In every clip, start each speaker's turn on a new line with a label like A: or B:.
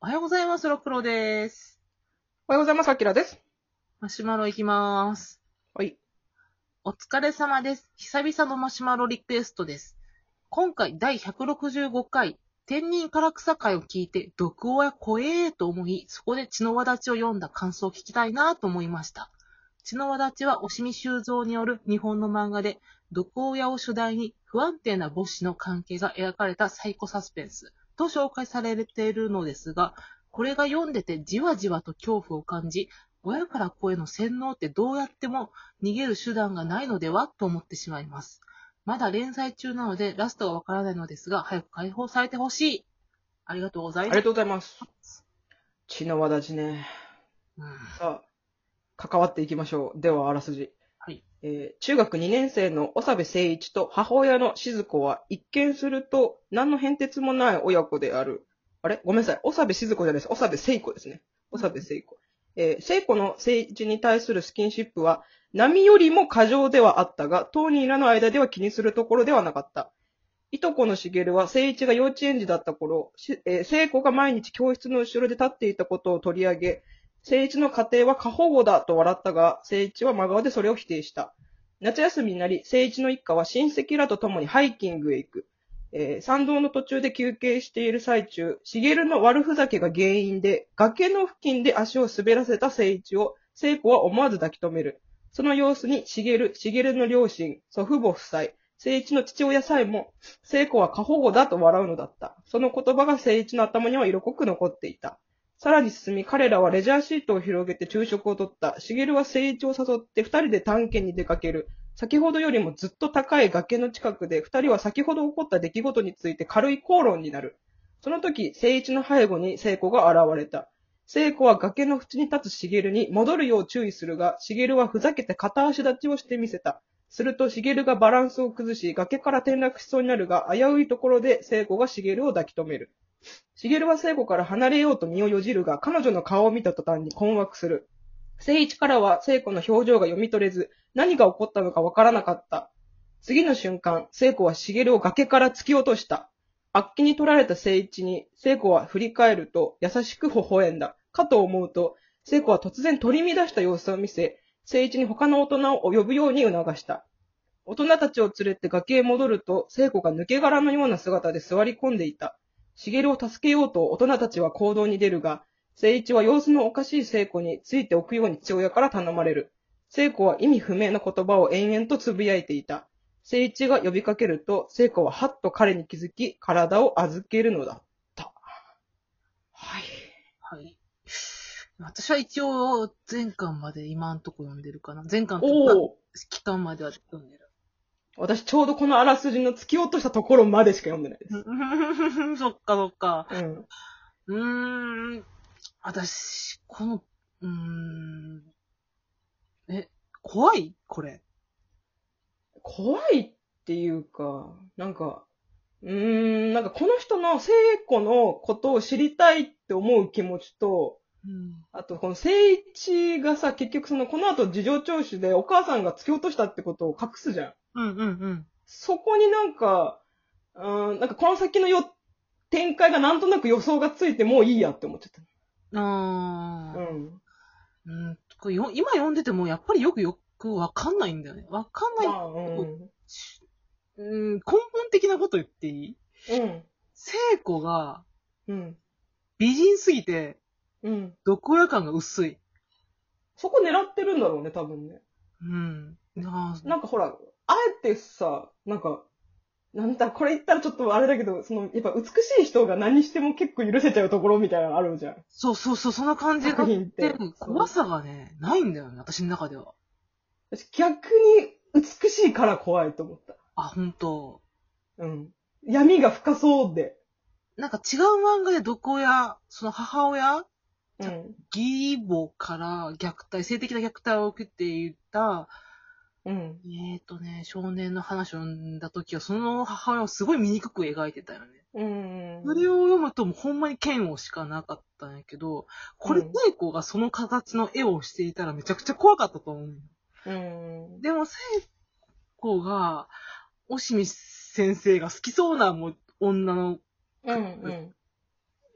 A: おはようございます、ろくろです。
B: おはようございます、あきらです。
A: マシュマロいきまーす。
B: はい。
A: お疲れ様です。久々のマシュマロリクエストです。今回第165回、天人唐草会を聞いて、毒親怖えーと思い、そこで血の輪立ちを読んだ感想を聞きたいなと思いました。血の輪立ちは押見修造による日本の漫画で、毒親を主題に不安定な母子の関係が描かれたサイコサスペンスと紹介されているのですが、これが読んでてじわじわと恐怖を感じ、親から子への洗脳ってどうやっても逃げる手段がないのではと思ってしまいます。まだ連載中なのでラストがわからないのですが、早く解放されてほしい。ありがとうござ
B: あ
A: い
B: り
A: ま
B: が
A: す。
B: とうございます。血の輪立ちね。
A: うん
B: さあ、関わっていきましょう。では、あらすじ。
A: はい
B: えー中学2年生の長部誠一と母親の静子は、一見すると、何の変哲もない親子である。あれごめんなさい。長部静子じゃないです。長部聖子ですね。長部聖子。えー聖子の誠一に対するスキンシップは、波よりも過剰ではあったが、当人らの間では気にするところではなかった。いとこのしげるは、誠一が幼稚園児だった頃、しえー聖子が毎日教室の後ろで立っていたことを取り上げ、聖一の家庭は過保護だと笑ったが、聖一は真顔でそれを否定した。夏休みになり、聖一の一家は親戚らと共にハイキングへ行く。えー山道の途中で休憩している最中、茂の悪ふざけが原因で、崖の付近で足を滑らせた聖一を、聖子は思わず抱き止める。その様子に茂、茂の両親、祖父母夫妻、聖一の父親さえも、聖子は過保護だと笑うのだった。その言葉が聖一の頭には色濃く残っていた。さらに進み、彼らはレジャーシートを広げて昼食をとった。しげるは聖一を誘って二人で探検に出かける。先ほどよりもずっと高い崖の近くで、二人は先ほど起こった出来事について軽い口論になる。その時、聖一の背後に聖子が現れた。聖子は崖の縁に立つしげるに戻るよう注意するが、しげるはふざけて片足立ちをしてみせた。すると、しげるがバランスを崩し、崖から転落しそうになるが、危ういところで聖子がしげるを抱き止める。しげるは聖子から離れようと身をよじるが、彼女の顔を見た途端に困惑する。聖一からは聖子の表情が読み取れず、何が起こったのかわからなかった。次の瞬間、聖子はしげるを崖から突き落とした。あっけに取られた聖一に、聖子は振り返ると、優しく微笑んだ。かと思うと、聖子は突然取り乱した様子を見せ、聖一に他の大人を呼ぶように促した。大人たちを連れて崖へ戻ると、聖子が抜け殻のような姿で座り込んでいた。しげるを助けようと大人たちは行動に出るが、聖一は様子のおかしい聖子についておくように父親から頼まれる。聖子は意味不明な言葉を延々とつぶやいていた。聖一が呼びかけると、聖子ははっと彼に気づき、体を預けるのだった。はい。
A: はい。私は一応、前巻まで今んとこ読んでるかな。前巻とか、
B: おお。
A: 期間までは読んでる。
B: 私ちょうどこのあらすじの突き落としたところまでしか読んでないです。
A: そっかそっか。
B: うん。
A: うーん、私、この、うーん、え、怖いこれ。
B: 怖いっていうか、なんか、うーん、なんかこの人の聖子のことを知りたいって思う気持ちと、
A: うん。
B: あとこの聖一がさ、結局その、この後事情聴取でお母さんが突き落としたってことを隠すじゃん。
A: うんうんうん。
B: そこになんか、うーん、なんかこの先のよ、展開がなんとなく予想がついてもういいやって思っちゃっ
A: あ
B: た。
A: ー
B: うん。
A: うん、これよ今読んでてもやっぱりよくよくわかんないんだよね。わかん
B: ま
A: ない
B: あ、うん。
A: し。うん、根本的なこと言っていい
B: うん。
A: 聖子が
B: うん。
A: 美人すぎて、
B: うん。
A: 毒親感が薄い。
B: そこ狙ってるんだろうね、多分ね。
A: うん。あー
B: なんかほら、あえてさ、なんか、なんだ、これ言ったらちょっとあれだけど、その、やっぱ美しい人が何しても結構許せちゃうところみたいなのあるじゃん。
A: そうそうそう、そんな感じが
B: 作
A: あっ
B: 品って
A: て、。怖さがね、ないんだよね、私の中では。
B: そう私逆に美しいから怖いと思った。
A: あ、本当
B: うん。闇が深そうで。
A: なんか違う漫画で毒親、その母親、
B: うん。
A: 義母から虐待、性的な虐待を受けていた、
B: うん。
A: えっ、とね、少年の話を読んだ時は、その母親をすごい醜く描いてたよね。
B: うん。
A: それを読むと、もうほんまに剣をしかなかったんやけど、これ、
B: うん
A: 聖子がその形の絵をしていたらめちゃくちゃ怖かったと思うよ。
B: うん。
A: でも、聖子が、おしみ先生が好きそうなもう女の
B: うん。うん。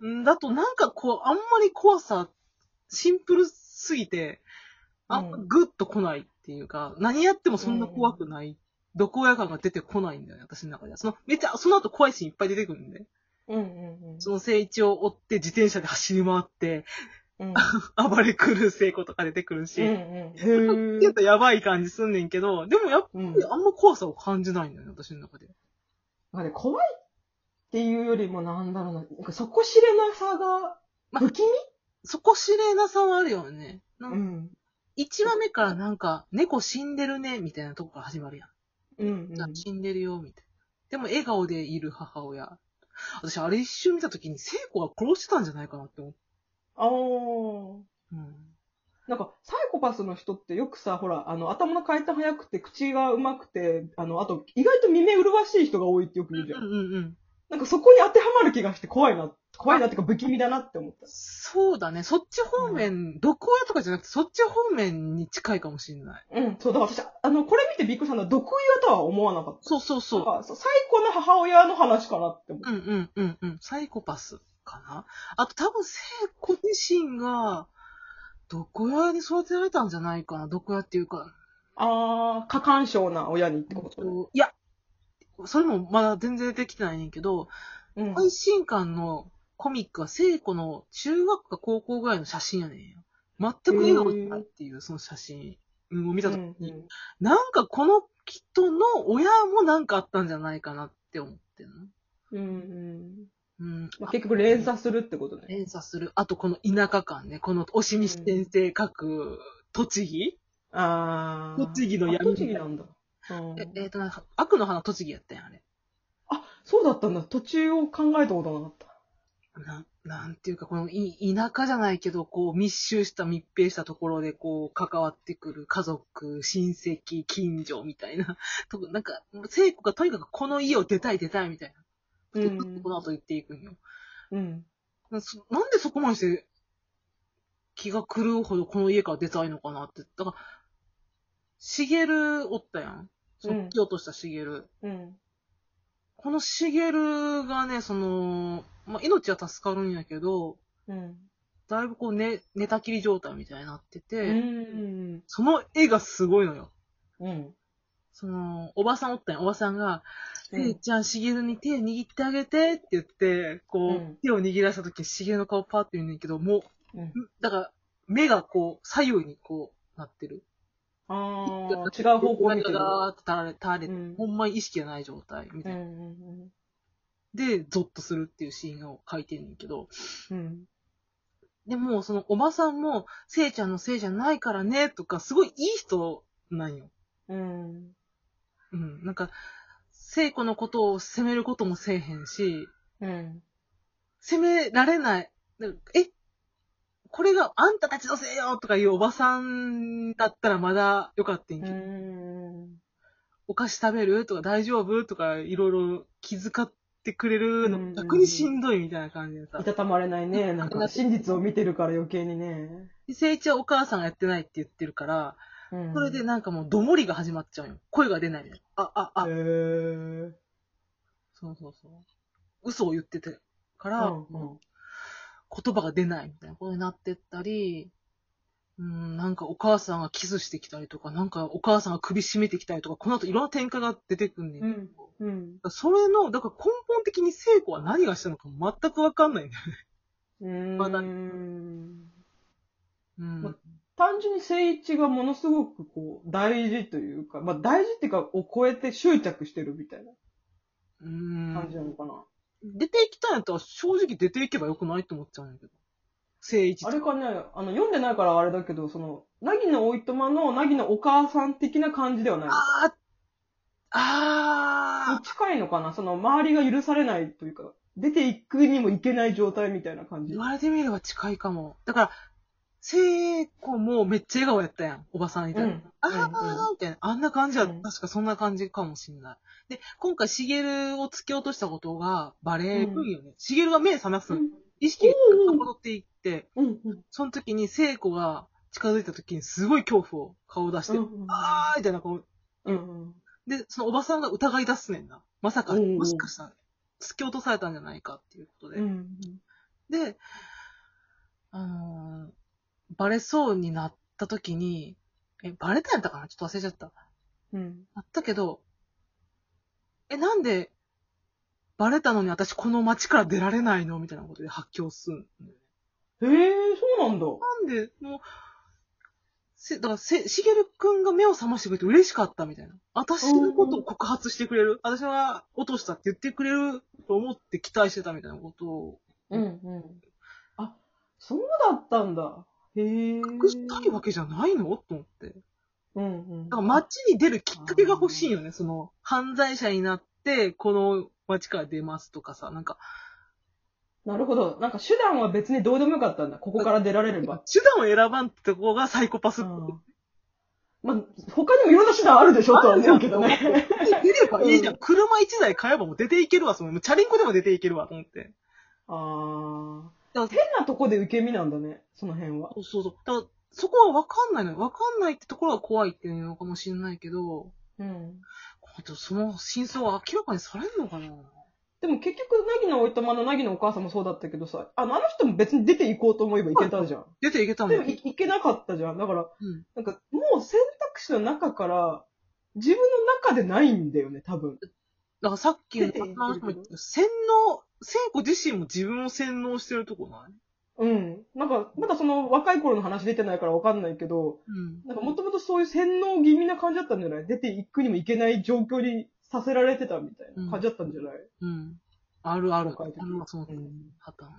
A: うんだとなんかこう、あんまり怖さ、シンプルすぎて、あんまグッと来ないっていうか、何やってもそんな怖くない。毒親感が出てこないんだよね、私の中では。その、めっちゃ、その後怖いシーンいっぱい出てくるんで。
B: うんうんうん
A: その聖一を追って自転車で走り回って、
B: うん。
A: 暴れ狂う聖子とか出てくるし、
B: うん
A: ち
B: うん。へ
A: ょ
B: ー
A: っとやばい感じすんねんけど、でもやっぱ
B: うん
A: りあんま怖さを感じないんだよね、私の中で。
B: まあね、怖いっていうよりもなんだろうな、なんかそこ知れなさが、
A: ま
B: 不気味
A: そこ知れなさはあるよね。なんか
B: ん。
A: 1話目からなんか、猫死んでるね、みたいなとこから始まるやん。
B: うん
A: じゃあ死んでるよ、みたいな。でも笑顔でいる母親。私、あれ一瞬見たときに、聖子が殺してたんじゃないかなって思って。
B: あー。
A: うん。
B: なんか、サイコパスの人ってよくさ、ほら、あの、頭の回転早くて、口がうまくて、あの、あと、意外と耳麗しい人が多いってよく言うじゃん。
A: うんうんうん。
B: なんかそこに当てはまる気がして怖いな、怖いなっていうか不気味だなって思った。
A: そうだね。そっち方面、毒親とかじゃなくて、そっち方面に近いかもしれない。
B: うん、そう、だから私、あの、これ見てびっくりしたのは、毒親とは思わなかった。
A: そうそうそ
B: だ
A: う
B: か。らそう。最高の母親の話かなって思っ
A: うんうんうんうん。サイコパスかな。あと多分、聖子自身が、毒親に育てられたんじゃないかな。毒親っていうか、
B: た。あー、過干渉な親にってことね。
A: いや、それもまだ全然できてないねんけど、
B: うん。
A: 配信館のコミックは聖子の中学か高校ぐらいの写真やねんよ。全く笑顔じゃないっていう、その写真を見たときに、
B: うんうん
A: なんかこの人の親もなんかあったんじゃないかなって思ってるの。
B: うん
A: う
B: うん。
A: ん。
B: まあ、結局連鎖するってことね。
A: 連鎖する。あとこの田舎感ね。この押見先生書く栃木、
B: あー。
A: 栃木の闇
B: あ栃木なんだ。うん
A: ええーとな、悪の花栃木やったやん、あれ。
B: あ、そうだったんだ。途中を考えたことなかった。
A: ななんていうか、このい田舎じゃないけど、こう密集した密閉したところで、こう関わってくる家族、親戚、近所みたいな。 となんか、聖子がとにかくこの家を出たい出たいみたいな。
B: うん
A: この後言っていくんよ。
B: うん。
A: なそなんでそこまでして気が狂うほどこの家から出たいのかなって。だから、しげるおったやん。そうの
B: ん
A: 突き落としたしげる。
B: うん。
A: このしげるがね、その、まあ、命は助かるんやけど、
B: うん。
A: だいぶこう寝、寝たきり状態みたいになってて、
B: うん。
A: その絵がすごいのよ。
B: うん。
A: その、おばさんおったんやおばさんが、
B: うん
A: せいちゃん、しげるに手を握ってあげてって言って、こう、
B: うん
A: 手を握らせた時にしげるの顔パーって見るんだけど、もう、
B: うん
A: だから、目がこう、左右にこう、なってる。
B: あー、違う方向に行
A: ガ
B: く
A: ラガ。ラって垂れて、垂れて、
B: うん
A: ほんまに意識がない状態み
B: う
A: たいな。
B: ん。
A: で、ゾッとするっていうシーンを書いてんねんけど、
B: うん。
A: でも、そのおばさんも、せいちゃんのせいじゃないからね、とか、すごいいい人なんよ。
B: うん。
A: うん。なんか、聖子のことを責めることもせえへんし、
B: うん。
A: 責められない。なんかえこれがあんたたちのせいよとかいうおばさんだったらまだよかったんや
B: う
A: けど、
B: ん。
A: お菓子食べるとか大丈夫とかいろいろ気遣ってくれる
B: うんうんう
A: の
B: ん
A: 逆にしんどいみたいな感じでさ
B: い。たたまれないね。なんか真実を見てるから余計にね。
A: で聖一はお母さんがやってないって言ってるから、
B: うん
A: それでなんかもうどもりが始まっちゃうよ。声が出ないみたいな。あ、あ、あ
B: へ、ー。
A: そうそうそう。嘘を言っててか
B: う
A: ら、
B: んうん
A: 言葉が出ないみたいなことになってったり、うん、なんかお母さんがキスしてきたりとか、なんかお母さんが首絞めてきたりとか、この後いろんな展開が出てくんねん。
B: う
A: だ
B: ん。うん。
A: からそれの、だから根本的に聖子は何がしたのか全くわかんないんだよね。
B: うん。
A: まだう
B: ま
A: ん。
B: 単純に聖一がものすごくこう、大事というか、まあ大事っていうか、を超えて執着してるみたい
A: うん
B: な感じなのかな。
A: 出ていきたいんやったら正直出ていけばよくないと思っちゃうんだけど。聖一
B: あれかね、あの、読んでないからあれだけど、その、なぎのおいとまの、なぎのお母さん的な感じではない。
A: あーあ
B: に近いのかなその、周りが許されないというか、出ていくにもいけない状態みたいな感
A: ー
B: じ。
A: 言われてみれば近いかも。だから、聖子もめっちゃ笑顔やったやん、おばさんいたら。
B: うん
A: あ
B: うん
A: あ、みたいな。あんな感じは、
B: うん
A: 確かそんな感じかもしんない。で、今回、しげるを突き落としたことがバレるよね。しげるが目覚ます
B: う
A: の。
B: ん。
A: 意識が戻っていって、
B: うん。うん。
A: その時に聖子が近づいた時にすごい恐怖を顔出して、あーみたいな顔。
B: うん。
A: で、そのおばさんが疑い出すねんな。まさか、
B: うんうん
A: もしかしたら、突き落とされたんじゃないかっていうことで。
B: うん。
A: で、で、あのーバレそうになった時に、え、バレたんやったかなちょっと忘れちゃった。
B: うん。
A: あったけど、え、なんで、バレたのに私この街から出られないのみたいなことで発狂すん。
B: へえ、そうなんだ。
A: なんで、もう、せ、だから、せ、しげるくんが目を覚ましてくれて嬉しかったみたいな。私のことを告発してくれる。私が落としたって言ってくれると思って期待してたみたいなことを。うん
B: うん。あ、そうだったんだ。へえ。
A: 隠したいわけじゃないのと思って。
B: うんうん。
A: だから街に出るきっかけが欲しいよね。その、犯罪者になって、この街から出ますとかさ、なんか、
B: なるほど。なんか手段は別にどうでもよかったんだ。ここから出られれば。
A: 手段を選ばんってとこがサイコパスっぽい。
B: まあ、他にもいろんな手段あるでしょとは思うけど
A: あ
B: ね。
A: 出ればいいじゃん。車一台買えばもう出ていけるわ。その、チャリンコでも出ていけるわ、と思って。
B: あ
A: だ
B: あ。
A: か
B: 変なとこで受け身なんだね、その辺は。
A: そうそうそう。だから、そこはわかんないのよ。わかんないってところが怖いっていうのかもしれないけど、
B: うん。
A: あとその真相は明らかにされるのかな
B: でも結局、なぎのおいたまのなぎのお母さんもそうだったけどさ、あのあの人も別に出て行こうと思えば行けたじゃん。
A: 出ていけたもん。
B: で
A: う
B: もい行けなかったじゃん。だから、
A: ん。
B: なんかもう選択肢の中から、自分の中でないんだよね、多分。
A: だからさっきの
B: 出ていける
A: あの人も言った洗脳、聖子自身も自分を洗脳してるとこない
B: うん。なんか、まだその若い頃の話出てないからわかんないけど、
A: うん。
B: なんかもともとそういう洗脳気味な感じだったんじゃない出ていくにもいけない状況にさせられてたみたいな感じだったんじゃない、
A: うん。あるある。
B: わかる
A: あるわ、そのパターン。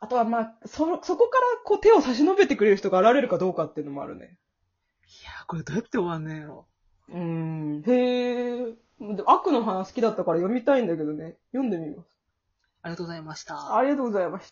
B: あとはまあ、そ、そこからこう手を差し伸べてくれる人が現れるかどうかっていうのもあるね。
A: いやー、これどうやって終わんねえの
B: うーん。へえ。で悪の花好きだったから読みたいんだけどね。読んでみます。
A: ありがとうございました。
B: ありがとうございました。